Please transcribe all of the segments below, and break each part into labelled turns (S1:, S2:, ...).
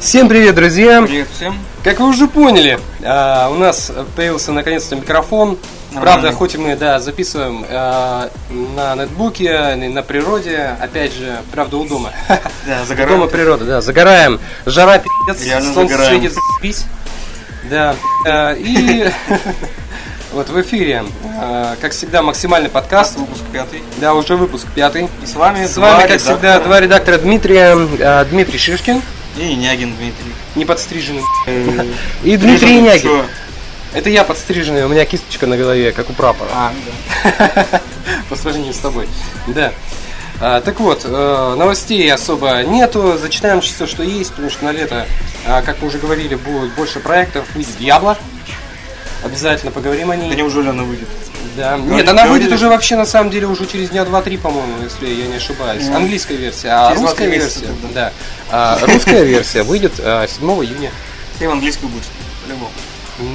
S1: Всем привет, друзья!
S2: Привет всем.
S1: Как вы уже поняли, а, у нас появился наконец-то микрофон. Правда,
S2: Нормальный.
S1: хоть и мы да, записываем а, на нетбуке, на на природе, опять же, правда, у дома.
S2: Да, за
S1: Дома
S2: горами.
S1: природа, да, загораем. Жара пи***ц,
S2: Реально
S1: солнце
S2: загораем.
S1: светит, спись. Да, а, и вот в эфире, а, как всегда, максимальный подкаст.
S2: Выпуск пятый.
S1: Да, уже выпуск пятый.
S2: И с вами
S1: С вами,
S2: два
S1: как всегда,
S2: редактора.
S1: два редактора Дмитрия, а, Дмитрий Шишкин,
S2: И Нягин Дмитрий.
S1: не подстриженный,
S2: Э,
S1: и Дмитрий
S2: Трижин,
S1: Инягин.
S2: чё?
S1: Это я подстриженный, у меня кисточка на голове, как у прапора.
S2: А,
S1: По сравнению с тобой. Да. А, так вот, э, новостей особо нету. Зачитаем все, что есть, потому что на лето, а, как мы уже говорили, будет больше проектов. Выйдет Дьябло. Обязательно поговорим о
S2: да
S1: ней.
S2: неужели она выйдет?
S1: Да.
S2: Говорили,
S1: Нет, она
S2: говорили.
S1: выйдет уже вообще на самом деле уже через дня два-три, по-моему, если я не ошибаюсь.
S2: Ну.
S1: Английская версия. А
S2: Через
S1: русская
S2: два-три месяца
S1: версия.
S2: тут,
S1: Да. А, русская версия выйдет а, 7 июня.
S2: Ты в английскую будешь, по-любому.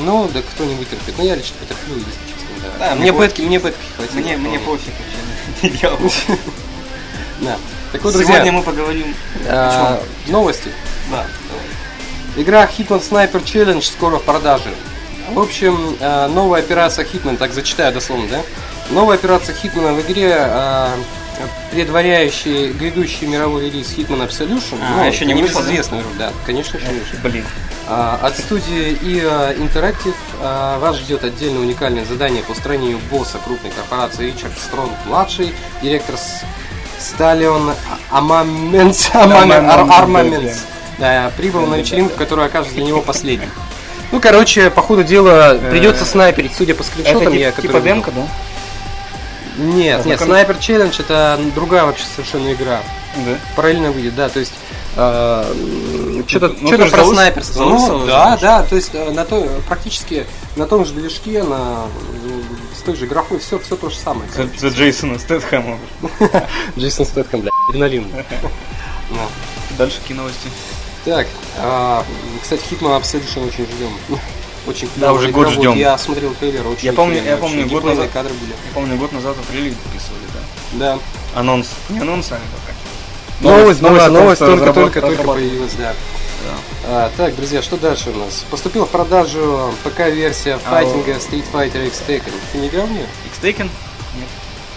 S1: Ну, да кто не вытерпит. Ну, я лично потерплю, если честно, да.
S2: Да,
S1: мне
S2: мне по-
S1: бетки, мне бетки хватило.
S2: Мне, мне
S1: вполне.
S2: пофиг вообще. на дьявола.
S1: Да. Так вот, друзья,
S2: Сегодня мы поговорим о
S1: а,
S2: чем?
S1: новости.
S2: Да,
S1: Игра Hitman Sniper Challenge скоро в продаже. В общем, э, новая операция Hitman, так зачитаю дословно, да? Новая операция Hitman в игре, э, предваряющая грядущий мировой релиз Hitman Absolution.
S2: А, еще не
S1: конечно,
S2: вышла, да?
S1: известная игра, да, конечно, еще не вышла.
S2: давай. Блин.
S1: А, От студии EA Interactive а, вас ждет отдельно уникальное задание по устранению босса крупной корпорации Ричард Стронг младший, директор с- Сталион Амаменс, Амамен- Ар- Армаментс. Да, прибыл на вечеринку, которая окажется для него последней. Ну, короче, по ходу дела э, придется снайперить, судя по скриншотам, я который видел.
S2: да?
S1: Нет,
S2: Это
S1: нет,
S2: кон-
S1: Sniper Challenge это другая вообще совершенно игра.
S2: Да.
S1: Параллельно выйдет, да, то есть а, что-то
S2: ну,
S1: что
S2: тоже
S1: про
S2: за ус-
S1: снайперство.
S2: за
S1: Ну,
S2: усовое
S1: да,
S2: же.
S1: да, то есть э, на то, практически на том же движке, на м, с той же графой, все, все то же самое.
S3: За, за Джейсона Стэтхэма.
S1: Джейсон Стэтхэм, бля, адреналин. Ну.
S3: Дальше какие новости?
S1: Так, а, кстати, Хитман Absolution очень ждем. Очень
S3: Да,
S1: клёвая
S3: уже
S1: игра
S3: год
S1: будет.
S3: ждем.
S1: Я смотрел трейлер, очень
S3: Я помню-
S1: охуенно
S3: я
S1: вообще.
S3: помню, год
S1: Геймплейные
S3: назад.
S1: кадры были.
S3: Я помню, год назад в апреле подписывали, да.
S1: Да.
S3: Анонс. Не анонс, а пока.
S1: Новость, Ну, новость,
S3: о том,
S1: новость
S3: что
S1: только, только,
S3: разработка
S1: только
S3: разработка.
S1: появилась, да. А, так, друзья, что дальше у нас? Поступила в продажу ПК-версия файтинга Street Fighter X Tekken. Ты не играл в нее?
S3: X-Taken?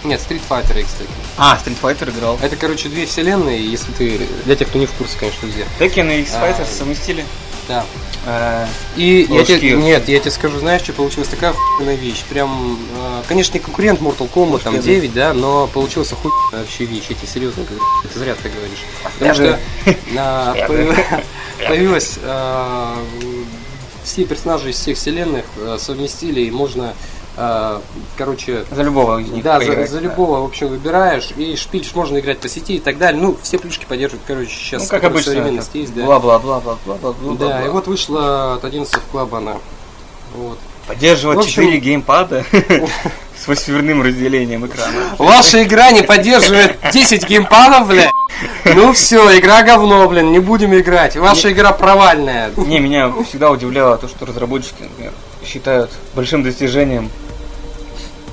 S1: Нет, Street Fighter X Tekken.
S3: А, Street Fighter играл.
S1: Это, короче, две вселенные, если ты... Для тех, кто не в курсе, конечно, друзья.
S3: Tekken и X-Fighter
S1: А.
S3: совместили.
S1: Да.
S3: э,
S1: И я
S3: Ложки.
S1: тебе, нет, я тебе скажу, знаешь, что получилась такая охуенная вещь. Прям, э, конечно, не конкурент Mortal Kombat, там
S3: Ложки, да.
S1: 9, да, но получилась охуенная вообще вещь. Я тебе серьезно говорю, это зря ты говоришь. Потому что э, появ- появилось э, все персонажи из всех вселенных э, совместили, и можно, э, короче,
S3: За любого из них
S1: да, за,
S3: поиграть,
S1: за
S3: да.
S1: любого, в общем, выбираешь, и шпильш можно играть по сети и так далее. Ну, все плюшки поддерживают, короче, сейчас
S3: Ну, как
S1: которая
S3: обычно.
S1: современность
S3: это
S1: есть, да.
S3: Бла-бла-бла-бла-бла-бла-бла.
S1: Ну Да, и вот вышла от 11 клаба она. Вот. в
S3: Поддерживать
S1: общем-
S3: 4 геймпада с восьмерным разделением экрана.
S1: Ваша игра не поддерживает 10 геймпадов, блядь. Ну все, игра говно, блин, не будем играть. Ваша игра провальная.
S3: Не, меня всегда удивляло то, что разработчики, например, считают большим достижением,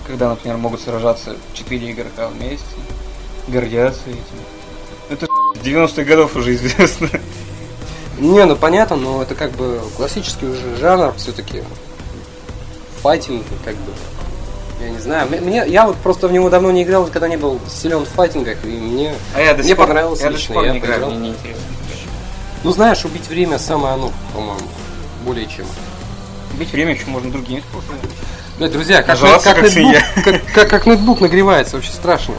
S3: когда, например, могут сражаться 4 игрока вместе, гордятся этим. Это с 90-х годов уже известно.
S1: Не, ну понятно, но это как бы классический уже жанр все-таки. Файтинг, как бы. Я не знаю. М- Мне, я вот просто в него давно не играл, когда не был силен в файтингах, и мне.
S3: А я до
S1: Мне
S3: сих пор,
S1: понравилось
S3: я до сих
S1: лично,
S3: пор
S1: я
S3: не играю,
S1: поиграл.
S3: мне неинтересно.
S1: Ну знаешь, убить время самое оно, по-моему. Более чем.
S3: Бить время еще можно другими способами.
S1: Блядь, друзья, как,
S3: Нажрался,
S1: как
S3: как
S1: нетбук,
S3: свинья.
S1: как- как- как нетбук нагревается, вообще страшно.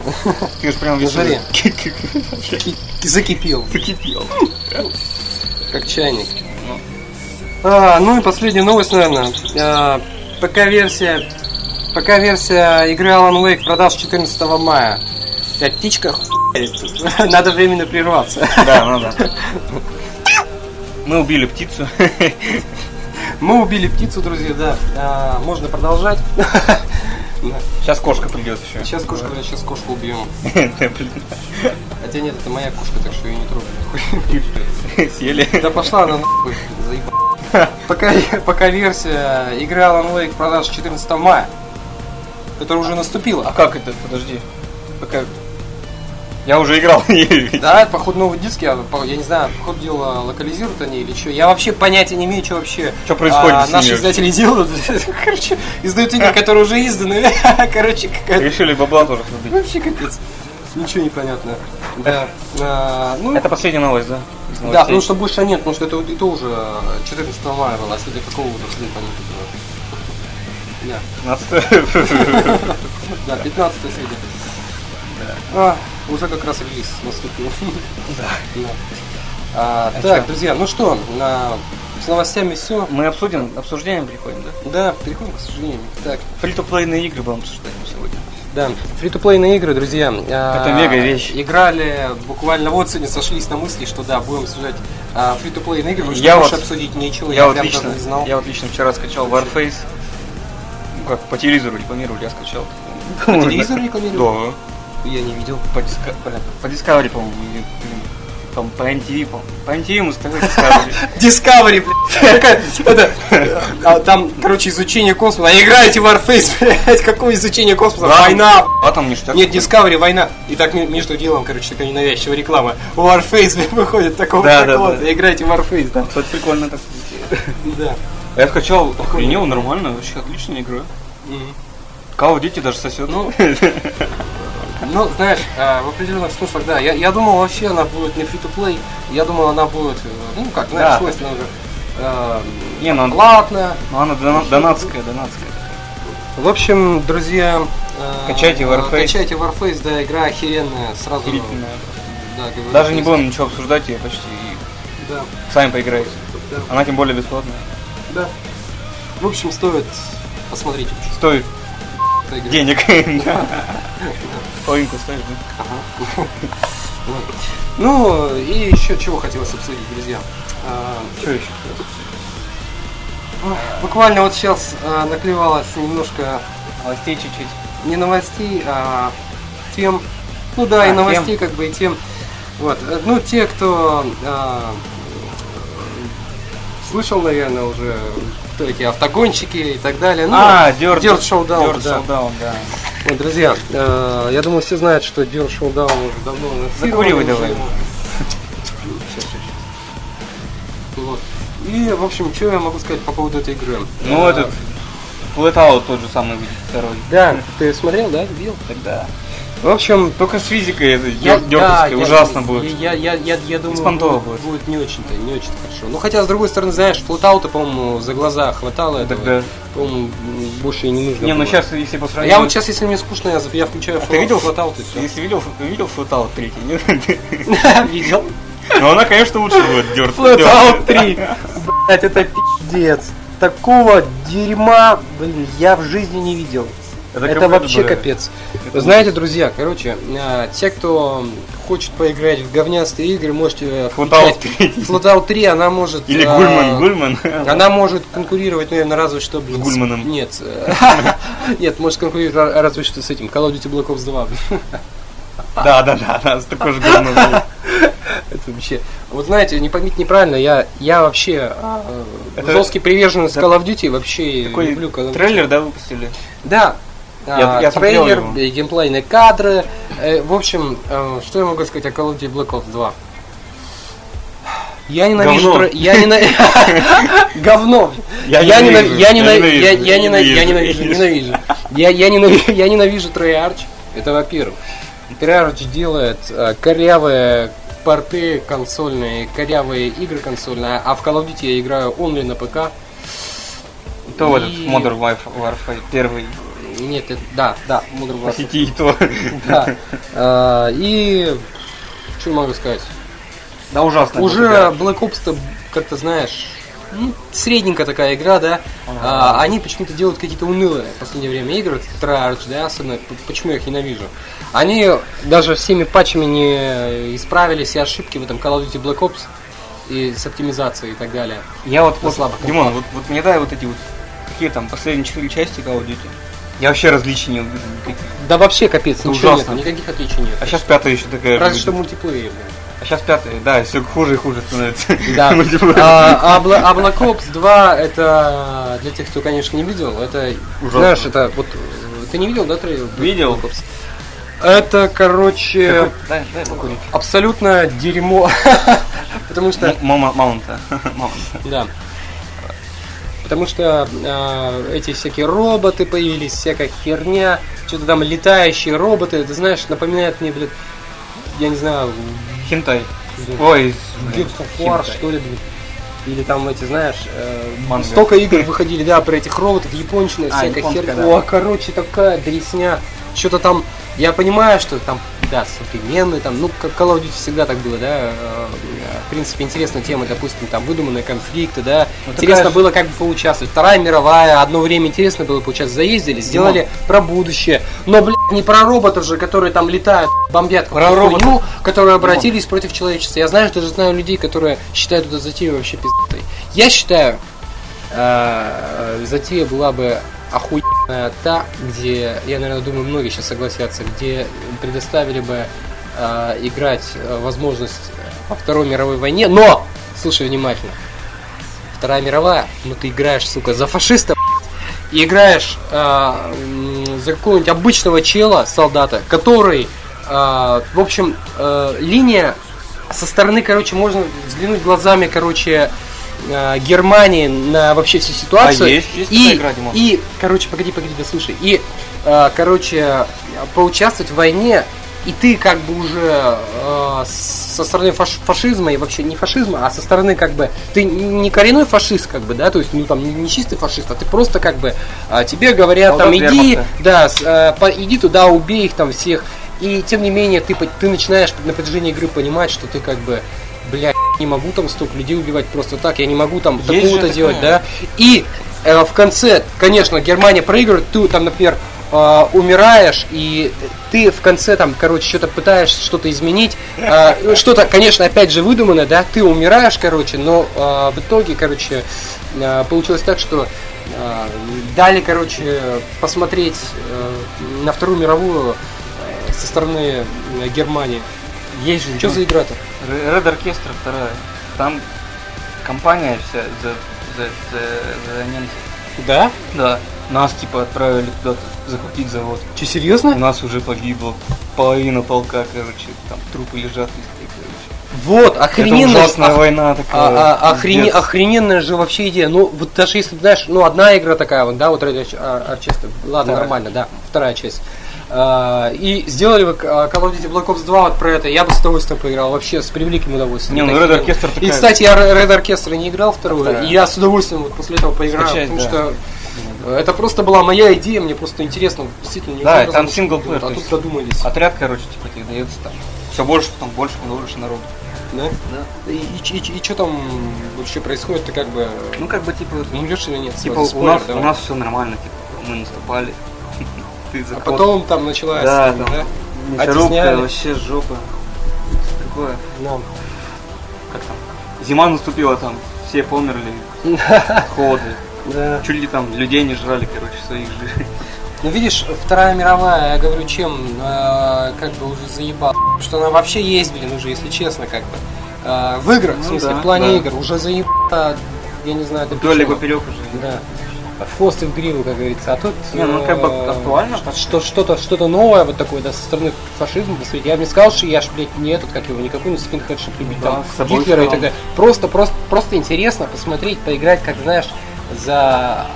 S3: Ты же прям весь
S1: На
S3: уже ки- ки-
S1: Закипел.
S3: закипел.
S1: Как чайник. А, ну и последняя новость, наверное. А, ПК-версия ПК-версия игры Alan Wake продаж 14 мая. Блядь, птичка хуярит тут. Надо временно прерваться.
S3: Да, надо. Мы убили птицу.
S1: Мы убили птицу, друзья, да. А, можно продолжать. Да.
S3: Сейчас кошка придет еще.
S1: Сейчас кошку, блядь, сейчас кошку убьем.
S3: Сейчас.
S1: Хотя нет, это моя кошка, так что ее не трогай.
S3: Съели.
S1: Да пошла она нахуй, заебал. Пока, пока версия игры Alan Wake продаж 14 мая, которая уже
S3: А
S1: наступила.
S3: как это? Подожди. Пока... Я уже играл в неё, ведь.
S1: Да, по ходу новые диски, а, по- я не знаю, по ходу дела локализируют они или что. Я вообще понятия не имею, что вообще
S3: Что происходит
S1: а,
S3: с
S1: наши
S3: ними
S1: издатели делают. Короче, издают игры, которые уже изданы. Короче, какая-то...
S3: Решили бабла тоже срубить.
S1: Вообще капец. Ничего не понятно. Да. А, ну,
S3: Это последняя новость, да? Из
S1: да,
S3: новостей.
S1: потому что больше нет, потому что это, вот- это уже 14 мая было, а сегодня какого уже хрена понятно. Да.
S3: 15.
S1: Да, 15 сегодня. А, уже как раз релиз наступил. Да. А,
S3: А
S1: Так,
S3: чё?
S1: друзья, ну что, на- с новостями все.
S3: Мы обсудим, обсуждением приходим, да?
S1: Да, переходим к сожалению. Так,
S3: Фри-то-плейные игры будем обсуждать сегодня.
S1: да, фри-то-плейные игры, друзья. А,
S3: Это мега вещь.
S1: Играли буквально вот сегодня сошлись на мысли, что да, будем обсуждать а, фри-то-плейные игры, потому что
S3: Я
S1: больше
S3: вот-
S1: обсудить нечего,
S3: Я вот
S1: прям
S3: лично,
S1: даже не знал.
S3: я вот лично вчера скачал Warface. Ну как, по телевизору рекламировали, я скачал.
S1: По телевизору рекламировали?
S3: Да.
S1: Я не видел.
S3: По, диска... бля, по Discovery, по-моему, или, блин, там по MTV, по, по MTV мы сказали Discovery.
S1: Discovery, блядь. Какая- это, а, Там, короче, изучение космоса. А играете в Warface, блядь. Какое изучение космоса?
S3: Да.
S1: Война, блядь.
S3: А там ништяк.
S1: Нет, Discovery, война. И так ме- между делом, короче, такая ненавязчивая реклама. Warface блядь, выходит такого
S3: Да, да,
S1: такого-то.
S3: да.
S1: Играйте в Warface, да.
S3: Кстати, прикольно так.
S1: Да.
S3: А Я скачал, охренел, нормально, вообще отличная игра.
S1: Мгм.
S3: Кого дети даже сосет.
S1: Ну, Ну, знаешь, э, в определенных смыслах, да. Я, я думал, вообще она будет не free-to-play. Я думал, она будет, э, ну, как,
S3: Да.
S1: знаешь, свойственно уже. э,
S3: не, ну, она-
S1: Платная.
S3: ну, она дона- донатская, донатская.
S1: Ну, В общем, друзья, э,
S3: Качайте Warface.
S1: Качайте Warface, да, игра охеренная, сразу.
S3: Охерительная.
S1: да, говорю,
S3: Даже не
S1: то есть,
S3: будем ничего обсуждать, ее почти
S1: Да,
S3: сами поиграете.
S1: да,
S3: Она тем более бесплатная.
S1: да. В общем, стоит посмотреть вообще,
S3: Стоит
S1: что это игра.
S3: денег. Половинку стоит, да?
S1: Ага. Вот. Ну, и еще чего хотелось обсудить, друзья. А,
S3: Что еще?
S1: ой, ну, Буквально вот сейчас наклевалось немножко
S3: Властей чуть-чуть.
S1: не новостей, а тем. Ну да,
S3: А,
S1: и новостей, как бы и тем. Вот. э, Ну, те, кто а, э, слышал, наверное, уже кто эти автогонщики и так далее. Ну,
S3: А, Dirt,
S1: Dirt Showdown,
S3: Dirt
S1: да.
S3: Showdown, да.
S1: вот, друзья, э, я думаю, все знают, что Dirt Showdown уже давно анонсировали,
S3: Закуривай
S1: уже
S3: давай.
S1: его- Щас, щас, щас. Вот. И, в общем, что я могу сказать по поводу этой игры?
S3: Ну,
S1: Э,
S3: этот Flatout тот же самый выйдет, второй.
S1: Да, ты смотрел, да, видел?
S3: Тогда.
S1: В общем,
S3: Только с физикой этой
S1: Я-
S3: дёр-
S1: да,
S3: дёртовской
S1: я-
S3: ужасно будет.
S1: Я, я, я, я думаю,
S3: понтово будет.
S1: будет, будет не очень-то, не очень хорошо. Ну хотя, с другой стороны, знаешь, флотаута, по-моему, за глаза хватало этого.
S3: Тогда.
S1: По-моему, больше и не нужно
S3: Не, ну
S1: было.
S3: сейчас, если по сравнению...
S1: Я вот сейчас, если мне скучно, я, за- я включаю
S3: А ты видел
S1: флотаут и все.
S3: Если видел, видел Flatout 3, нет?
S1: Видел?
S3: Но Ну, она, конечно, лучше будет дёрт.
S1: Флотаут 3. Блять, это пиздец. Такого дерьма, блин, я в жизни не видел. Это, вообще капец.
S3: Это
S1: Знаете, друзья, короче, э, те, кто хочет поиграть в говнястые игры, можете э,
S3: Флотаут
S1: включать
S3: 3.
S1: Флотаут 3, она может...
S3: Или
S1: э,
S3: Гульман, Гульман.
S1: Она может конкурировать, наверное, разве что... блин,
S3: С
S1: с-
S3: Гульманом.
S1: Нет. э, Нет, может конкурировать ра- разве что с этим. Call of Duty Black Ops 2.
S3: Да, да, да, да, с такой же говно было.
S1: Это вообще... Вот знаете, не поймите неправильно, я, я вообще э,
S3: Это-
S1: жесткий приверженец Call of Duty, вообще
S3: Такой
S1: люблю Call of Duty.
S3: трейлер, да, выпустили?
S1: Да.
S3: Я-
S1: А,
S3: я смотрел
S1: трейлер,
S3: его.
S1: э, геймплейные кадры. Э, В общем, э, что я могу сказать о Call of Duty Black Ops 2? Я ненавижу...
S3: Говно.
S1: тре- Я нена- Говно.
S3: Я
S1: Я нена-
S3: ненавижу,
S1: я нена- я-
S3: я ненавижу,
S1: я нена-
S3: ненавижу,
S1: я ненавижу, ненавижу. Я- Я ненавижу- я ненавижу Treyarch. Это во-первых. Treyarch делает э, корявые порты консольные, корявые игры консольные, а в Call of Duty я играю онли на ПК.
S3: То
S1: И-
S3: этот Modern Warf- Warfare первый
S1: Нет, это- да, да, Modern
S3: по
S1: Warfare.
S3: сети и то.
S1: Да. А, И что могу сказать?
S3: Да ужасно.
S1: Уже
S3: это игра.
S1: Black Ops, -то, как то знаешь, ну, средненькая такая игра, да. А, Они почему-то делают какие-то унылые в последнее время игры, Treyarch, да, особенно, п- почему я их ненавижу. Они даже всеми патчами не исправили все ошибки в этом Call of Duty Black Ops и с оптимизацией и так далее.
S3: Я вот,
S1: Ну,
S3: вот
S1: слабо.
S3: Димон, вот, вот мне дай вот эти вот какие там последние четыре части Call of Duty. Я вообще различий не увижу никаких.
S1: Да вообще капец,
S3: Это
S1: ничего
S3: ужасно.
S1: нету, никаких отличий нет.
S3: А сейчас пятая еще такая.
S1: Разве
S3: выйдет.
S1: что мультиплеер, блин.
S3: А сейчас пятая, да, все хуже и хуже становится.
S1: Да.
S3: Мультиплеер.
S1: А, Обла- Облак Опс 2 это э, для тех, кто, конечно, не видел, это
S3: Ужасно.
S1: знаешь, это вот э, ты не видел, да, трейлер?
S3: Видел.
S1: Black Ops? Это, короче,
S3: Какой- Дай, дай покурить.
S1: абсолютно дерьмо. Потому что.
S3: М- Мама Маунта. Маунта.
S1: Да. Потому что э, эти всякие роботы появились, всякая херня, что-то там летающие роботы, ты знаешь, напоминает мне, блин, я не знаю,
S3: Хентай.
S1: блин,
S3: Ой, блин,
S1: Gears of War,
S3: хентай.
S1: что ли, блин. Или там эти, знаешь, э,
S3: Манга.
S1: столько игр выходили, да, про этих роботов, япончина,
S3: А,
S1: всякая
S3: японская,
S1: херня.
S3: да.
S1: О, короче, такая дресня. Что-то там, я понимаю, что там, да, современные, там, ну, как Call of Duty всегда так было, да, э, в принципе, интересная тема, допустим, там, выдуманные конфликты, да,
S3: Ну, такая
S1: интересно
S3: же-
S1: было как бы поучаствовать, Вторая мировая, одно время интересно было поучаствовать, заездили, сделали
S3: Ну.
S1: про будущее, но, блядь, не про роботов же, которые там летают, бомбят
S3: Про
S1: какую-то
S3: роботов.
S1: хуйню, которые обратились против человечества. Я знаю, даже знаю людей, которые считают эту затею вообще пиздой. Я считаю, э, затея была бы охуенная та, где, я, наверное, думаю, многие сейчас согласятся, где предоставили бы э, играть э, возможность во Второй мировой войне, но, слушай внимательно, Вторая мировая, но ты играешь, сука, за фашиста, и играешь а, м, за какого-нибудь обычного чела, солдата, который, а, в общем, э, линия со стороны, короче, можно взглянуть глазами, короче, э, Германии на вообще всю ситуацию.
S3: А есть- есть
S1: и,
S3: такая игра, Димон?
S1: и, короче, погоди, погоди, да слушай, и, э, короче, поучаствовать в войне, и ты как бы уже э, с- со стороны фаш- фашизма, и вообще не фашизма, а со стороны как бы, ты не коренной фашист, как бы, да, то есть, ну там, не- не чистый фашист, а ты просто как бы, а, тебе говорят,
S3: Солдат
S1: там, иди,
S3: вермахта.
S1: да, с- э, по- иди туда, убей их там всех, и тем не менее, ты, по- ты начинаешь на протяжении игры понимать, что ты как бы, блядь, не могу там столько людей убивать просто так, я не могу там
S3: Есть же
S1: такого-то
S3: такая.
S1: делать, да, и э, в конце, конечно, Германия проигрывает, ты там, например, э, умираешь, и ты в конце там, короче, что-то пытаешься что-то изменить, э, что-то, конечно, опять же выдумано, да, ты умираешь, короче, но э, в итоге, короче, э, получилось так, что э, дали, короче, посмотреть э, на Вторую мировую э, со стороны э, Германии.
S3: Есть же.
S1: Что за игра-то?
S3: Р- Red Orchestra вторая. Там компания вся за, за, за, за немцев.
S1: Да?
S3: Да. Нас типа отправили туда захватить завод.
S1: Че,
S3: У
S1: серьезно?
S3: нас уже погибло половина полка, короче, там трупы лежат везде, короче.
S1: Вот,
S3: Это
S1: охрененно.
S3: ужасная война такая.
S1: А- а- охрене-
S3: пиздец.
S1: охрененная же вообще идея. Ну, вот даже если, знаешь, ну, одна игра такая, вот, да, вот ради Арч- Ар- Арчеста. Ладно,
S3: Вторая.
S1: нормально, да, вторая часть. А, И сделали бы а, Call of Duty Black Ops 2 вот про это, я бы с удовольствием поиграл, вообще с превеликим удовольствием.
S3: Не,
S1: Так,
S3: ну, Red
S1: я-
S3: Orchestra
S1: И,
S3: такая-
S1: кстати, я Red Orchestra не играл вторую,
S3: Вторая.
S1: и я с удовольствием вот после этого поиграю,
S3: Скачать,
S1: потому
S3: да.
S1: что э, это просто была моя идея, мне просто интересно, вот, действительно.
S3: Да,
S1: никаким
S3: там
S1: образом
S3: синглплеер,
S1: А
S3: то
S1: тут
S3: есть-
S1: додумались.
S3: Отряд, короче, типа тебе дается там. Все больше, там больше, больше народу.
S1: Да? И, что там вообще происходит-то как бы...
S3: Ну как бы типа,
S1: Умрешь или нет?
S3: типа
S1: Сразу
S3: у
S1: спойлер,
S3: нас
S1: давай.
S3: у нас все нормально, типа, мы наступали. Ты
S1: А
S3: заход-
S1: потом там началась...
S3: Да,
S1: там,
S3: там
S1: Оттесняли.
S3: мясорубка, вообще жопа. Что такое?
S1: Да.
S3: Как там? Зима наступила там, все померли, холоды.
S1: Да.
S3: Чуть ли там людей не жрали, короче, своих же.
S1: Ну видишь, Вторая мировая, я говорю, чем э, как бы уже заебал. Что она вообще есть, блин, уже, если честно, как бы. Э, в играх,
S3: Ну
S1: в смысле,
S3: да,
S1: в плане
S3: да.
S1: игр, уже заебала, я не знаю, до
S3: Вдоль и
S1: печени.
S3: поперек уже.
S1: Да. Хвост и в гриву, как говорится. А тут...
S3: Не, ну, как бы актуально,
S1: что- Что, что-то, что-то новое вот такое, да, со стороны фашизма. посмотреть. Я бы не сказал, что я ж, блядь, не этот, как его, никакой не скинхед, чтоб любить
S3: Да,
S1: там
S3: с собой
S1: Гитлера и
S3: сказал.
S1: так далее. Просто, просто, просто интересно посмотреть, поиграть, как, знаешь, за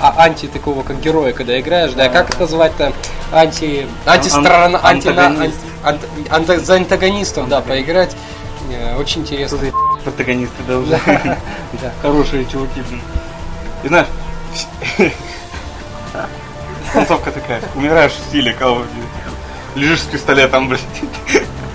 S1: а- анти такого как героя, когда играешь, да,
S3: Да,
S1: как
S3: да.
S1: это звать-то, анти, антисторона,
S3: ан-
S1: анти,
S3: антагонист.
S1: ан- ант- за антагонистом, да, поиграть, Э, очень интересно.
S3: Протагонисты, да, уже.
S1: Да.
S3: Хорошие чуваки, блин. И знаешь, вс- концовка такая. Умираешь в стиле Call of Duty. Лежишь с пистолетом, блин.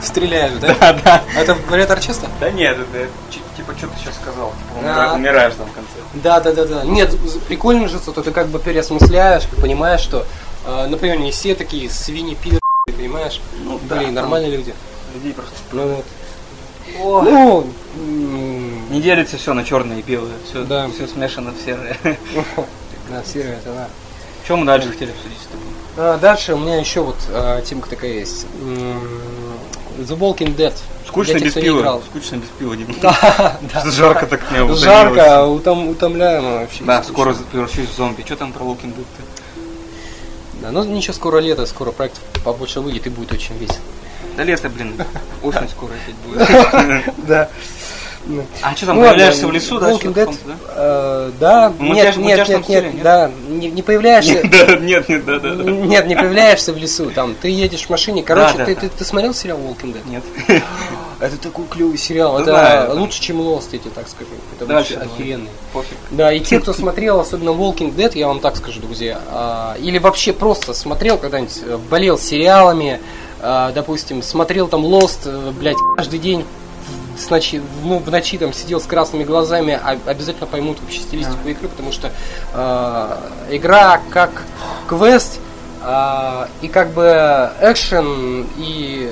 S1: Стреляешь, да?
S3: Да, да.
S1: Это в Red Orchestra?
S3: Да нет, это чи- типа, что ты сейчас сказал? Типа,
S1: Да.
S3: умира- умираешь там в конце.
S1: Да, да, да, да. Нет, з- прикольно же, что ты как бы переосмысляешь, понимаешь, что, э, например, не все такие свиньи пидоры, понимаешь?
S3: Ну,
S1: Блин, нормальные люди.
S3: Людей просто.
S1: Ну, вот. ну м,
S3: Не делится все на черное и белое. Все,
S1: Да.
S3: все смешано в серое.
S1: да, сервис, да.
S3: Чем мы дальше хотели обсудить с тобой?
S1: А, дальше у меня еще вот а, темка такая есть. М, The Walking Dead.
S3: Скучно
S1: Для тех,
S3: без
S1: кто не
S3: пива.
S1: играл.
S3: Скучно без пива, Дим.
S1: Да, да.
S3: Что-то жарко так меня утомило.
S1: Жарко, утом- утомляемо вообще.
S3: Да, скоро превращусь в зомби. Что там про Walking Dead? -то?
S1: Да, ну ничего, скоро лето, скоро проект побольше выйдет и будет очень весело.
S2: Да лето, блин. Осень скоро опять
S3: Ну
S2: будет.
S1: Да.
S2: А что там,
S1: Ну ладно,
S2: появляешься в лесу, да?
S1: Walking
S2: чё-то
S1: Dead,
S2: там, да?
S1: э, да,
S3: Ну, мы
S1: нет,
S3: тебя- мы
S1: нет,
S3: тебя ж там
S1: нет, нет,
S3: всели,
S1: да, не не появляешься,
S3: Да, нет, нет, да, да, да.
S1: нет, не появляешься в лесу, там, ты едешь в машине, короче,
S3: да,
S1: ты,
S3: да.
S1: ты, ты смотрел сериал Walking Dead?
S3: Нет.
S1: Это такой клевый сериал,
S3: Да,
S1: это
S3: да, это-
S1: лучше, чем Lost, я тебе так скажу, это вообще
S3: Дальше давай.
S1: охеренный.
S3: Пофиг.
S1: Да, и те, кто смотрел, особенно Walking Dead, я вам так скажу, друзья, а, или вообще просто смотрел когда-нибудь, э, болел сериалами, а, допустим, смотрел там Lost, э, блядь, каждый день в- с ночи, ну, в ночи там сидел с красными глазами, а- обязательно поймут вообще стилистику игры, потому что э, игра как квест а, и как бы экшен и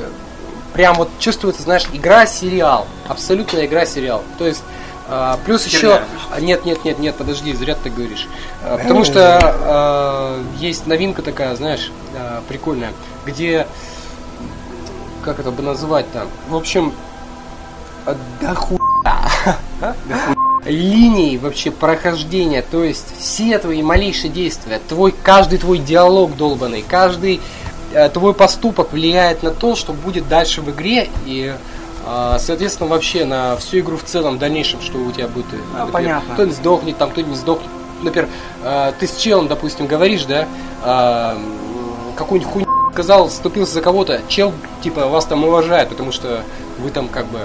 S1: прям вот чувствуется, знаешь, игра-сериал, абсолютная игра-сериал. То есть а, плюс
S2: Херня
S1: еще
S2: обычно.
S1: а, Нет, нет, нет, нет, подожди, зря ты говоришь. А, Потому что а, есть новинка такая, знаешь, а, прикольная, где как это бы назвать там? В общем, а, да А? хуя. Линий вообще прохождения, то есть все твои малейшие действия, твой каждый твой диалог долбанный, каждый э, твой поступок влияет на то, что будет дальше в игре и э, соответственно вообще на всю игру в целом в дальнейшем, что у тебя будет. э,
S3: А,
S1: например,
S3: понятно.
S1: Кто-нибудь сдохнет, там кто-нибудь не сдохнет. Например, э, ты с челом, допустим, говоришь, да, э, м, какую-нибудь хуйню сказал, вступился за кого-то, чел, типа, вас там уважает, потому что вы там как бы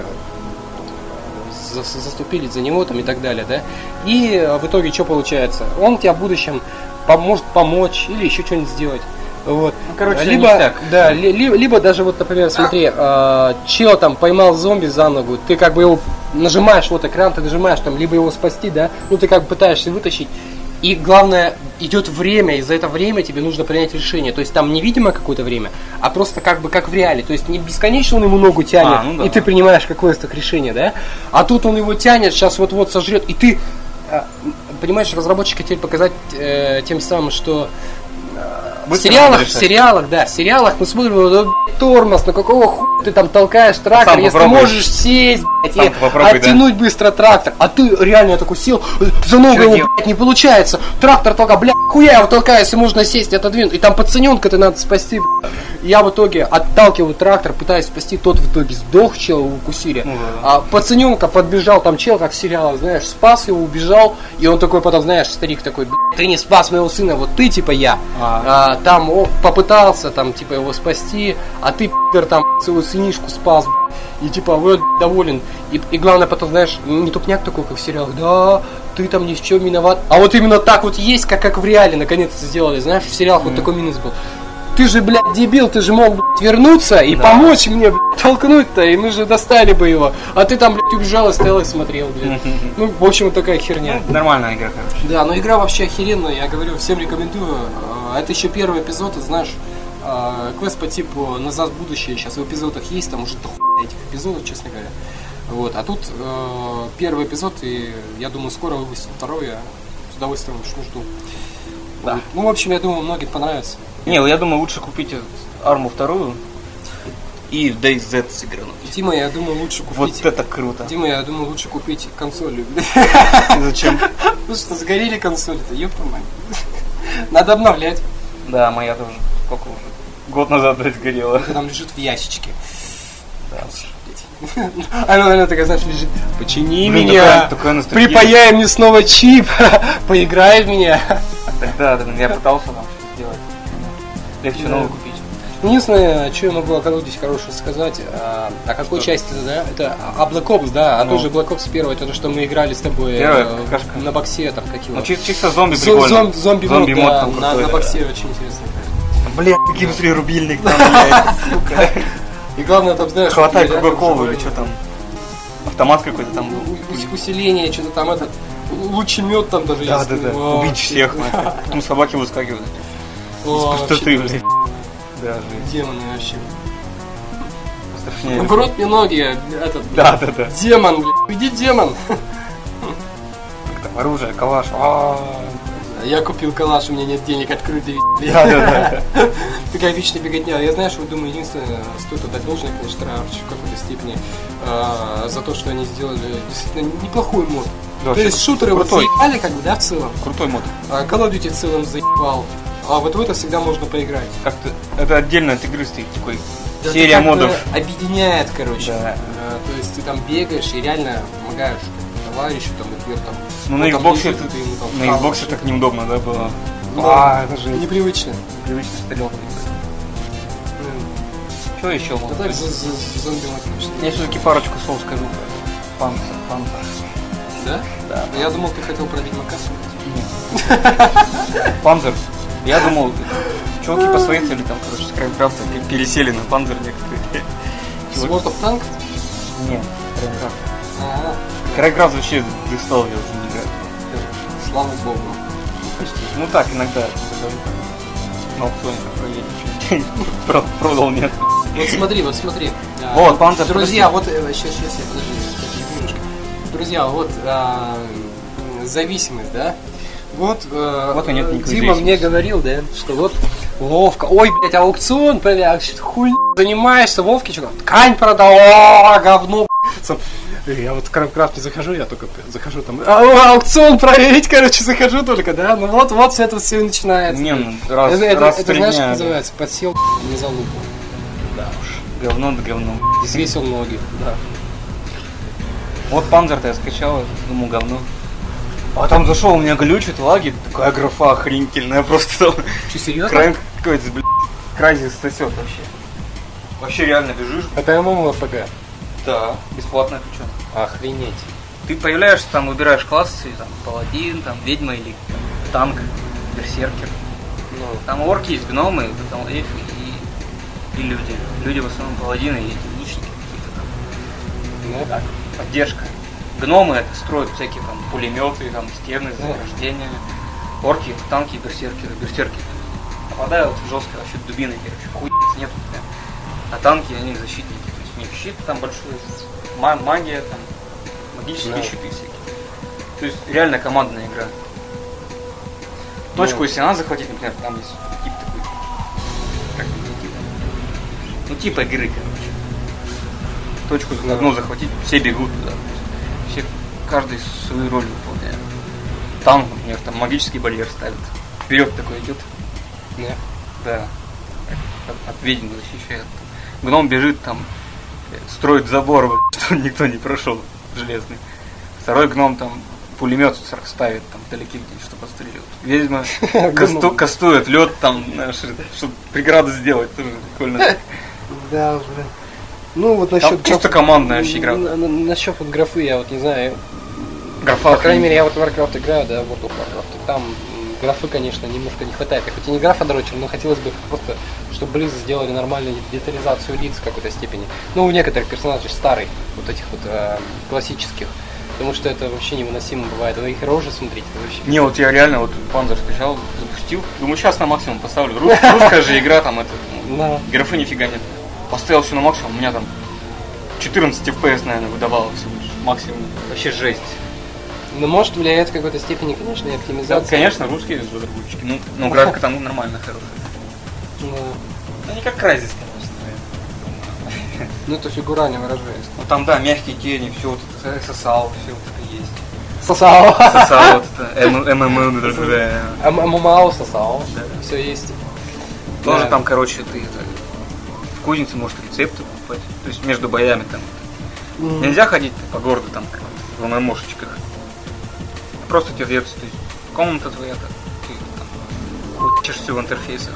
S1: за- заступились за него там и так далее, да? И э, в итоге что получается? Он тебя в будущем поможет помочь или еще что-нибудь сделать. Вот.
S3: Ну, короче,
S1: либо,
S3: ништяк.
S1: да, ли- ли- либо даже вот, например, смотри, э, чел там поймал зомби за ногу, ты как бы его нажимаешь вот экран, ты нажимаешь там, либо его спасти, да, ну ты как бы пытаешься вытащить. И главное, идет время, и за это время тебе нужно принять решение. То есть там невидимо какое-то время, а просто как бы как в реале. То есть не бесконечно он ему ногу тянет,
S3: А, ну да.
S1: и ты принимаешь какое-то решение, да? А тут он его тянет, сейчас вот-вот сожрет, и ты, э, понимаешь, разработчики хотели показать э, тем самым, что в
S3: Быстро
S1: сериалах,
S3: надо
S1: в
S3: решать.
S1: сериалах, да, в сериалах мы смотрим, ну, блядь, тормоз, на какого хуя ты там толкаешь трактор,
S3: Сам
S1: если
S3: попробуй.
S1: можешь сесть, блядь,
S3: Сам
S1: и
S3: попробуй, да.
S1: оттянуть быстро трактор, а ты реально я такой сел, э, за ногу
S3: Чё
S1: его,
S3: делать?
S1: блядь, не получается, трактор толка, блядь, хуя я его толкаю, если можно сесть, отодвинуть, и там пацаненка ты надо спасти, блядь. я в итоге отталкиваю трактор, пытаюсь спасти, тот в итоге сдох, чел его укусили,
S3: Ну да.
S1: а пацаненка подбежал, там чел, как в сериалах, знаешь, спас его, убежал, и он такой потом, знаешь, старик такой, «Блин, ты не спас моего сына, вот ты, типа, я.
S3: А.
S1: А, там о, попытался, там, типа, его спасти, а ты, пидор, там, своего сынишку спас, блин». и, типа, вот, доволен. И, и главное, потом, знаешь, не тупняк такой, как в сериалах, да, ты там ни в чем виноват. А вот именно так вот есть, как, как в реале, наконец-то сделали, знаешь, в сериалах вот такой минус был. Ты же, блядь, дебил, ты же мог, блядь, вернуться и
S3: Да.
S1: помочь мне, блядь, толкнуть-то, и мы же достали бы его. А ты там, блядь, убежал и стоял и смотрел, блядь. Ну, в общем, вот такая херня.
S3: Ну, Нормальная игра, короче.
S1: Да, но игра вообще охеренная, я говорю, всем рекомендую. Э, Это еще первый эпизод, и знаешь, э, квест по типу «Назад в будущее» сейчас в эпизодах есть, там уже дохуя этих эпизодов, честно говоря. Вот, а тут э, первый эпизод, и я думаю, скоро выпустят второй, я с удовольствием жду. жду.
S3: Да.
S1: Вот. Ну, в общем, я думаю, многим понравится.
S3: Не, ну я думаю, лучше купить арму вторую.
S2: И в Days Z сыграно.
S1: Дима, я думаю, лучше купить...
S3: Вот это круто.
S1: Дима, я думаю, лучше купить консоль.
S3: Зачем?
S1: Ну что, сгорели консоли-то, ёпта мать. Надо обновлять.
S3: Да, моя тоже. Сколько уже? Год назад блядь, сгорела.
S1: Она там лежит в ящичке.
S3: Да.
S1: Блядь. Она, она такая, знаешь, лежит. Почини
S3: Блин,
S1: меня!
S3: такая- такая ностальгия.
S1: Припаяй мне снова чип! Поиграй в меня!
S3: Да, да, я пытался там что-то сделать. Легче
S1: Да.
S3: новую купить.
S1: Единственное, что я могу о Call of Duty хорошего сказать, а, о какой
S3: Что?
S1: части, да, это а Black Ops, да, а
S3: Ну.
S1: тоже Black Ops первый, это то, что мы играли с тобой э,
S3: Первая какашка.
S1: на боксе, там, какие
S3: Ну, чис- чисто зомби
S1: Зом-
S3: прикольно.
S1: зом- зомби, мод,
S3: мод
S1: да,
S3: там
S1: на,
S3: крутой,
S1: на
S3: да.
S1: боксе очень интересно.
S3: Бля, какие быстрее рубильник там, блядь, сука.
S1: И главное, там, знаешь,
S3: Хватай
S1: у тебя рядом
S3: Кругакова
S1: живой-
S3: или что там. Автомат какой-то там
S1: у-
S3: был.
S1: у- усиление, что-то там этот, лучемет там даже
S3: Да,
S1: есть.
S3: да, да.
S1: Вообще.
S3: Убить всех, нахер. Потом собаки выскакивают. Из
S1: Вообще
S3: пустоты, блядь. Да, жесть.
S1: Демоны вообще.
S3: Страшнее.
S1: В рот мне ноги, этот,
S3: Да, да, да.
S1: демон, блядь. Иди, демон.
S3: Как там, оружие, калаш. А,
S1: Я купил калаш, у меня нет денег, открытый
S3: Да, да,
S1: Такая вечная беготня. Я, знаешь, вот думаю, единственное, стоит отдать должное, конечно, Treyarch в какой-то степени а, за то, что они сделали действительно неплохой мод.
S3: да.
S1: То есть шутеры вот
S3: крутой.
S1: заебали, как бы, да, в целом.
S3: Крутой мод.
S1: А Call of Duty в целом заебал. А вот в это всегда можно поиграть.
S3: Как-то это отдельно от игры стоит такой.
S1: Да, это
S3: Серия
S1: как бы
S3: модов.
S1: Объединяет, короче.
S3: Да.
S1: А, то есть ты там бегаешь и реально помогаешь товарищу, там, например, там.
S3: Ну на
S1: он там
S3: Xbox
S1: лежит,
S3: это
S1: ты ему там
S3: на
S1: хаваешь.
S3: Xbox так неудобно, да, было.
S1: Ну,
S3: А, это же
S1: Непривычно.
S3: привычно стрелка.
S1: Ну,
S3: Что еще
S1: Да
S3: можно?
S1: так, за- за- за зомби лак, конечно.
S3: Я все-таки парочку слов скажу. Панцер, панцер.
S1: Да?
S3: Да.
S1: Я думал, ты хотел про Ведьмака сказать.
S3: Панзер. Я думал, чуваки по своей цели там, короче, с Краймкрафта пе- пересели на Панзер некоторые.
S1: Из World of Tanks?
S3: Нет, Краймкрафт.
S1: Ага.
S3: Краймкрафт вообще достал, я уже не играю.
S1: Слава богу.
S3: Ну так, иногда. захожу, там, На аукционе там проверить, что Про- продал, нет.
S1: Вот смотри, вот смотри. А,
S3: Вот, Панзер,
S1: Друзья, вот... Сейчас, сейчас, я подожди. подожди, немножко. Друзья, вот а, м, зависимость, да? Вот, э,
S3: Вот и нет
S1: э,
S3: никакой
S1: Дима
S3: зависимости.
S1: мне говорил, да, что вот Вовка, ой, блядь, аукцион, блядь, а что ты хуй занимаешься, Вовки, что там, ткань продал, о, говно, блядь. Сам- Э, Я вот в Крафт не захожу, я только захожу там, а, о, аукцион проверить, короче, захожу только, да, ну вот, вот с этого все и начинается.
S3: Не, ну, раз,
S1: это, это-
S3: раз в
S1: это
S3: три
S1: знаешь, как
S3: дня.
S1: называется, подсел, не залупал.
S3: Да уж, говно да говно.
S1: И свесил ноги. Да.
S3: Вот Панзер-то я скачал, думал, говно. А там зашел, у меня глючит, лаги, такая графа охренительная, просто там
S1: Че, серьезно?
S3: Крайм какой-то, блядь, Крайзис сосет вообще. Вообще реально бежишь,
S1: Это ММОРПГ.
S3: да, бесплатно причем.
S1: Охренеть.
S3: Ты появляешься, там выбираешь классы, там, паладин, там, ведьма или там, танк, берсеркер.
S1: Ну,
S3: Там орки есть, гномы, там эльфы и, и люди. Люди в основном паладины и эти лучники какие-то там.
S1: ну,
S3: Так, поддержка. Гномы это строят всякие там пулеметы, там стены, заграждения. Орки, это танки, и берсеркеры, берсерки. Нападают жестко, вообще дубины, короче, хуй нет. А танки, они защитники, то есть у них щит там большой, ма- магия там, магические
S1: Да.
S3: щиты всякие. То есть реально командная игра. Точку,
S1: Ну.
S3: если надо захватить, например, там есть тип такой. Как его, тип? Ну, типа игры, короче точку
S1: Да.
S3: одну захватить, все бегут туда. Все, каждый свою роль выполняет. Танк, например, там магический барьер ставит. Вперед такой идет.
S1: не.
S3: Да. От, от ведьм защищает. Гном бежит там, э, строит забор, блядь, чтобы никто не прошел железный. Второй гном там пулемет сра- ставит там вдалеке где-нибудь, чтобы отстреливать. Ведьма касту-
S1: Гном.
S3: кастует лед там, знаешь, чтобы преграду сделать. Тоже прикольно.
S1: Да, уже. Ну, вот
S3: Там чисто командная вообще игра.
S1: На- на- Насчет вот графы, я вот не знаю.
S3: Графа
S1: По крайней мере, я вот в Warcraft играю, да, вот в Warcraft. И Там м, графы, конечно, немножко не хватает. Я хоть и не графа дрочил, но хотелось бы просто, чтобы Близз сделали нормальную детализацию лиц в какой-то степени. Ну, у некоторых персонажей старых, вот этих вот э, классических. Потому что это вообще невыносимо бывает. Вы их рожи смотрите, это вообще
S3: Не, вот я реально вот Панзер скачал, запустил. Думаю, сейчас на максимум поставлю. Рус- русская же игра там это. ну,
S1: Да.
S3: Графы нифига нет. Поставил все на максимум, у меня там 14 FPS, наверное, выдавало всего лишь максимум. Вообще жесть.
S1: Ну, может, влияет в какой-то степени, конечно, и
S3: Да,
S1: оптимизация.
S3: конечно, русские разработчики. Ну, ну графика там нормально хорошая.
S1: Да.
S3: Ну не как Crysis, конечно. да.
S1: Ну, это фигурально выражаясь.
S3: Ну там, да, мягкие тени, все вот это, SSL, все вот это есть.
S1: Сосал.
S3: SSL, вот это, MMM, да, да.
S1: А ММАО сосал.
S3: Да.
S1: Все есть.
S3: Тоже
S1: Да.
S3: там, короче, ты это, в кузнице можешь рецепты покупать. То есть между боями там.
S1: М.
S3: Нельзя ходить по городу там как в ММОшечках. Просто тебе дается то есть, комната твоя, так, ты там учишься в интерфейсах.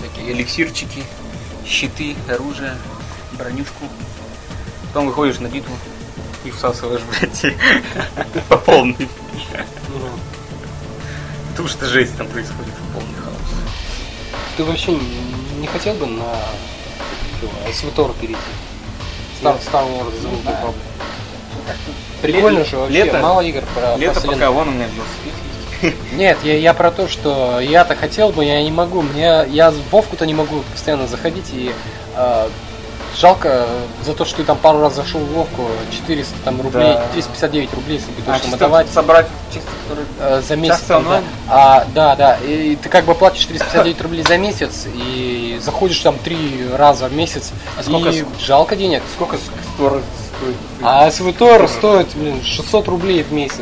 S3: Всякие эликсирчики, щиты, оружие, бронюшку. Потом выходишь на битву и всасываешь, блядь, по полной.
S1: Ну,
S3: Потому что жесть там происходит, полный хаос.
S1: Ты вообще не не хотел бы на чего, СВТОР перейти? Star, Star Wars The Old Republic. Прикольно же вообще,
S3: лето-
S1: мало игр про про
S3: Лето пока
S1: вселенную.
S3: вон у меня велосипед есть.
S1: Нет, я, я про то, что я-то хотел бы, я не могу. Мне, я в Вовку-то не могу постоянно заходить и э, Жалко э, за то, что ты там пару раз зашел в ловку, 400 там рублей,
S3: Да.
S1: 459 рублей, если бы
S4: А,
S1: точно
S4: чисто
S1: отдавать
S4: собрать чисто который-
S1: э, за месяц.
S3: Часто
S1: там, да.
S3: онлайн?
S1: А, да, да. И ты как бы платишь 459 рублей за месяц и заходишь там три раза в месяц.
S4: А сколько
S1: и
S4: с-
S1: жалко денег.
S4: Сколько с- тор стоит?
S1: А СВТОР стоит, блин, 600 рублей в месяц.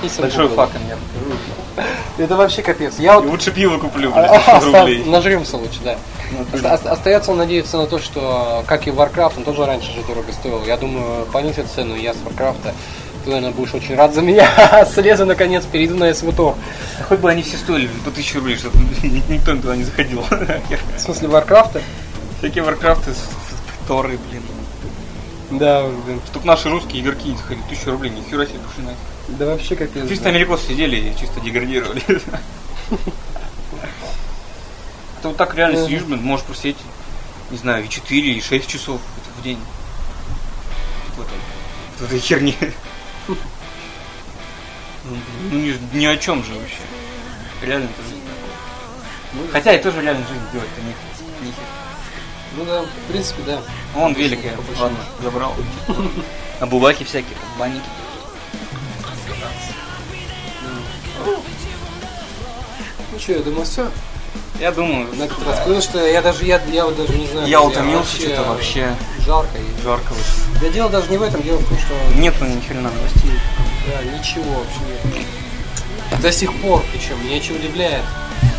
S1: Ебись,
S3: Большой
S1: он
S3: факт.
S1: был. Это вообще капец. Я вот
S3: Лучше пиво куплю,
S1: А,
S3: блядь, за 600 рублей.
S1: нажремся лучше, да.
S3: А, Ну,
S1: Оста-
S3: блин.
S1: ост- Остается надеяться на то, что, как и Warcraft, он тоже раньше же дорого стоил. Я думаю, понизят цену, я с Warcraft. Ты, наверное, будешь очень рад за меня. Слезу, наконец, перейду на СВТОР.
S3: Да а, Хоть бы они все стоили по 1000 рублей, чтобы ни- никто туда не заходил.
S1: В смысле Warcraft?
S3: Всякие варкрафты, с- с- торы, блин.
S1: Да, уж, блин.
S3: Чтоб наши русские игроки не заходили, 1000 рублей, нихера себе, пошли нафиг.
S1: Да вообще капец.
S3: Чисто америкосы сидели и чисто деградировали. Это вот так реально
S1: Мгм.
S3: сидишь, блин, можешь просидеть, не знаю, и 4, и 6 часов в день. В этой, в этой херне. Ну, блин, Ну, ни, ни о чем же вообще. Реально это жизнь. Хотя и тоже реально жизнь делать, то не, не хер.
S1: Ну да, в принципе, да.
S3: Вон велик я
S1: Обычно.
S3: ладно, забрал. А бубаки всякие, там, баники.
S1: Ну что, я думаю, все.
S3: Я думаю,
S1: На этот раз. Потому что я даже, я, я вот даже не знаю.
S3: я
S1: друзья,
S3: утомился что-то вообще.
S1: Жарко. и-
S3: Жарко очень.
S1: Да дело даже не в этом, дело в том, что
S3: Нету ни хрена новостей.
S1: да, ничего вообще нет. До сих пор, причем, меня чего удивляет.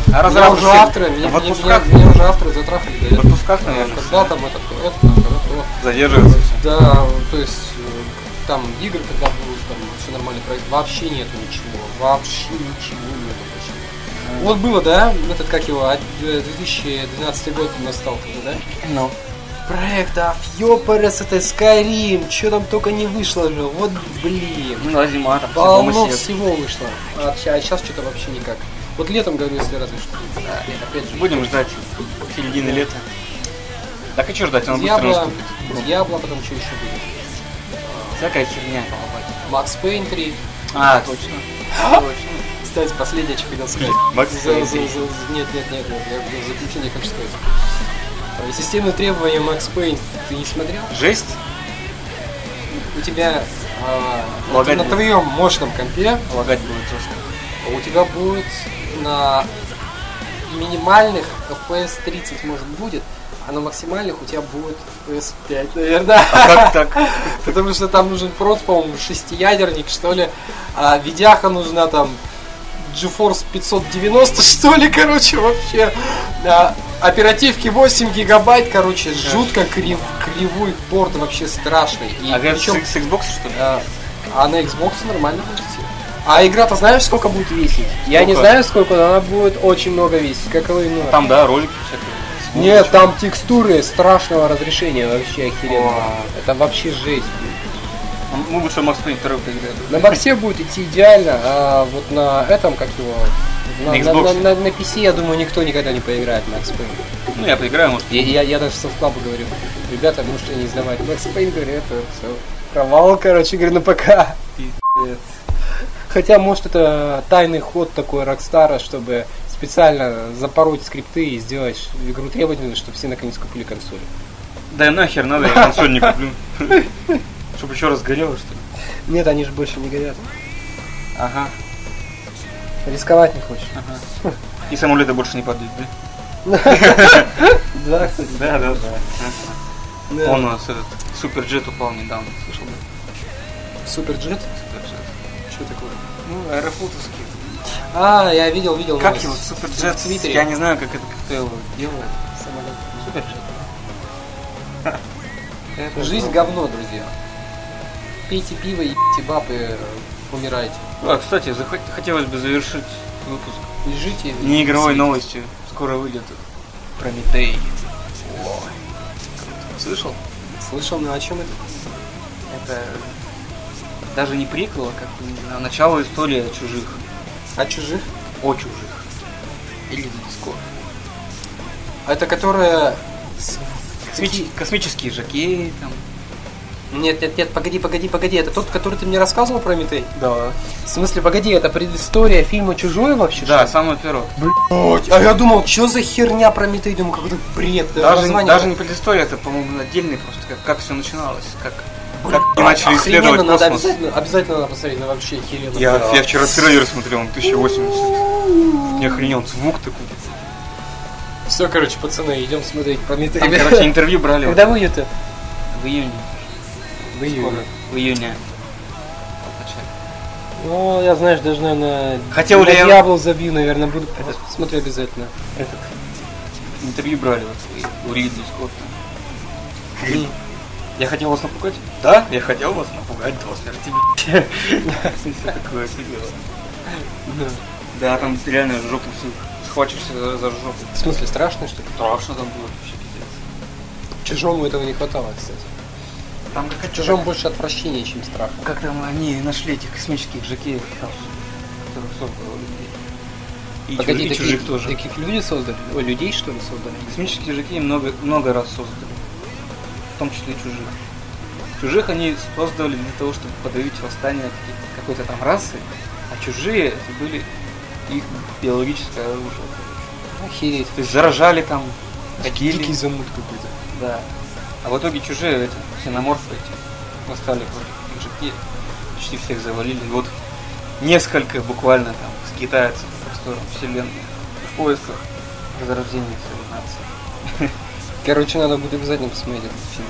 S3: А
S1: Меня
S3: разработчики
S1: уже авторы, меня,
S3: в
S1: меня-
S3: отпусках,
S1: меня- меня уже авторы затрахали.
S3: в
S1: говорят,
S3: отпусках,
S1: «А,
S3: наверное,
S1: Когда там этот, этот, там, когда то.
S3: задерживаются.
S1: Да, то есть э, там игр, когда будут, там все нормально проект, вообще нет ничего, вообще ничего нет вообще. Вот было, да, этот, как его, а, э, 2012 год настал уже, да?
S3: Ну.
S1: Проект, а ёпарас, это Skyrim, чё там только не вышло же, вот блин.
S4: Ну, а зима там,
S1: Полно
S4: все
S1: всего вышло. А, сейчас что-то вообще никак. Вот летом, говорю, если разве что. Да, лет, опять же.
S3: Будем ждать середины лета. Так и что ждать, он быстро
S1: Дьявола,
S3: наступит.
S1: Дьявола, потом что еще будет?
S3: Всякая херня.
S1: Макс Пейн 3.
S3: А, точно.
S1: Кстати, последнее, что хотел сказать.
S3: Макс
S1: За-
S3: Пейн
S1: за-
S3: 3.
S1: за- Нет, нет, нет, нет, я в заключение хочу сказать. А, Системные требования Макс Пейн ты не смотрел?
S3: Жесть?
S1: У тебя а, на,
S3: Лагать
S1: на
S3: будет.
S1: твоем мощном компе
S3: Лагать будет жестко.
S1: у тебя будет на минимальных FPS 30, может, будет, а на максимальных у тебя будет FPS 5, наверное.
S3: А Как так?
S1: Потому что там нужен просто, по-моему, шестиядерник, что ли. А видяха нужна там GeForce 590, что ли, короче, вообще. Да, оперативки 8 гигабайт, короче, жутко крив, кривой порт вообще страшный. И
S3: А с
S1: причем,
S3: с Xbox что ли?
S1: а, а на Xbox нормально будет идти. А игра-то знаешь, сколько будет весить? Я не
S3: Сколько?
S1: знаю, сколько, но она будет очень много весить, как и ну.
S3: А Там, да, ролики всякие. Звук
S1: Нет,
S3: очень.
S1: там текстуры страшного разрешения вообще охеренно.
S3: О.
S1: Это вообще жесть.
S3: Ну, Мы лучше Макс Пейн 2 поиграем.
S1: На боксе будет идти идеально, а вот на этом, как его, на,
S3: На
S1: на,
S3: Xbox.
S1: на- на- на PC, я думаю, никто никогда не поиграет в Max Payne.
S3: Ну, я поиграю, может.
S1: Я, я- я даже со склабу говорю, ребята, можете не сдавать Max Payne, говорю, это все провал, короче, говорю, на ПК.
S3: Пиздец.
S1: Хотя, может, это тайный ход такой Рокстара, чтобы специально запороть скрипты и сделать игру требовательной, чтобы все наконец купили консоль.
S3: Да нахер надо, я консоль не куплю. Чтоб еще раз горело, что ли?
S1: Нет, они же больше не горят.
S3: Ага,
S1: Рисковать не хочешь.
S3: ага. И самолеты больше не падают, да?
S1: Да, кстати.
S3: Да, да, да.
S1: Да.
S3: Он у нас этот суперджет упал недавно, слышал бы?
S1: Суперджет?
S3: Суперджет.
S1: Что такое?
S3: Ну, аэрофлотовский.
S1: А, я видел, видел.
S3: Как
S1: новость.
S3: его суперджет?
S1: В Твиттере.
S3: Я не знаю, как это кто его делает.
S1: Самолет.
S3: Суперджет. Это
S1: Жизнь говно, друзья. Пейте пиво, ебите баб и э, умирайте.
S3: А, кстати, захот- хотелось бы завершить выпуск
S1: И жите. и
S3: не игровой
S1: веселитесь.
S3: новостью. Скоро выйдет Прометей. Ой. Слышал?
S1: Слышал, ну о чем это?
S3: Это даже не приквел, а как бы, не знаю, начало истории о чужих.
S1: О чужих?
S3: О чужих. Или скоро.
S1: А Это которая... с-
S3: Космические жакеи там.
S1: Нет, нет, нет, погоди, погоди, погоди, это тот, который ты мне рассказывал про Митей?
S3: Да.
S1: В смысле, погоди, это предыстория фильма «Чужое» вообще?
S3: Да, самого первого.
S1: Блять, а я думал, что за херня про Митей? Думаю, какой-то бред.
S3: Даже,
S1: название-
S3: даже не предыстория, это, по-моему, отдельный просто, как, как все начиналось, как,
S1: Блин,
S3: как они начали
S1: охрененно,
S3: исследовать
S1: надо
S3: космос.
S1: обязательно, обязательно надо посмотреть, надо вообще охеренно.
S3: Я, я вчера трейлер смотрел, он 1080. Не охренел, звук такой.
S5: Все, короче, пацаны, идем смотреть Прометей.
S3: Там, короче, интервью брали вот
S1: Когда выйдет это?
S3: в июне.
S1: В июле.
S3: В июне.
S1: Ну, я, знаешь, даже, наверное,
S3: Хотел
S1: на
S3: ли я-
S1: Диабло забью, наверное, буду смотрю обязательно.
S3: Интервью брали вот у Ридли Скотта. Я хотел вас напугать? Да, я хотел вас напугать до смерти. Всё такое офигело. Да, там реально жопу всю схватишься за за жопу.
S5: В смысле, страшно, что ли?
S3: Страшно там было вообще пиздец.
S5: Чужому этого не хватало, кстати.
S3: Там как
S5: Чужому больше отвращения, чем страха.
S3: Как там они нашли этих космических жакеев, там, которых создало людей. И,
S5: Погоди,
S3: чуж- и
S5: таких,
S3: чужих тоже.
S5: таких люди создали? Ой, людей, что ли, создали?
S3: Космические жуки много, много раз создали. В том числе и чужих. Чужих они создали для того, чтобы подавить восстание каких- какой-то там расы, а чужие это были их биологическое оружие.
S5: Охереть.
S3: То есть заражали там,
S5: Дикий
S3: ходили.
S5: замут какой-то.
S3: Да. А в итоге чужие эти ксеноморфы эти восстали против жуки, почти всех завалили. И вот несколько буквально там скитаются по просторам вселенной в поисках возрождения своей нации.
S5: Короче, надо будет обязательно посмотреть этот фильм.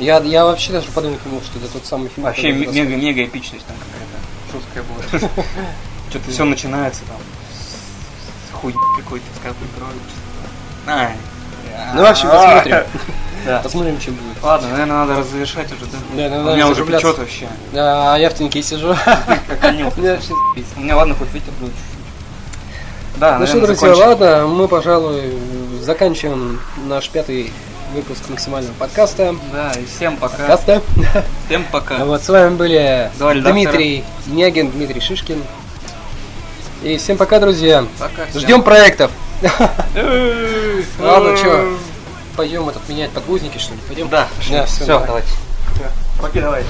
S5: Я, я вообще даже подумать не мог, что это тот самый фильм.
S3: Вообще
S5: который я
S3: мега мега эпичность там какая-то жесткая была. Что-то все начинается там с- с хуй какой-то с капли крови.
S5: рассказывал.
S3: А,
S5: Ну, в общем, посмотрим.
S3: Да.
S5: Посмотрим, чем будет.
S3: Ладно, наверное, надо разрешать уже, да?
S5: Да, ну, надо
S3: У меня уже
S5: закругляться.
S3: печет вообще.
S5: А, я в теньке сижу.
S3: Как они вот.
S5: У меня вообще
S3: У меня ладно, хоть ветер был чуть-чуть. Да,
S5: Ну что,
S3: наверное,
S5: друзья,
S3: закончим.
S5: ладно, мы, пожалуй, заканчиваем наш пятый выпуск максимального подкаста.
S3: Да, и всем пока.
S5: Подкаста.
S3: Всем пока.
S5: Вот, с вами были
S3: Два редактора.
S5: Дмитрий Нягин, Дмитрий Шишкин. И всем пока, друзья.
S3: Пока. всем.
S5: Ждем проектов.
S3: Э,
S5: Ладно,
S3: э.
S5: чё, пойдем этот менять подгузники, что ли? Пойдем.
S3: Да,
S5: Да, всё,
S3: все,
S5: давай.
S3: давайте. Покидавай.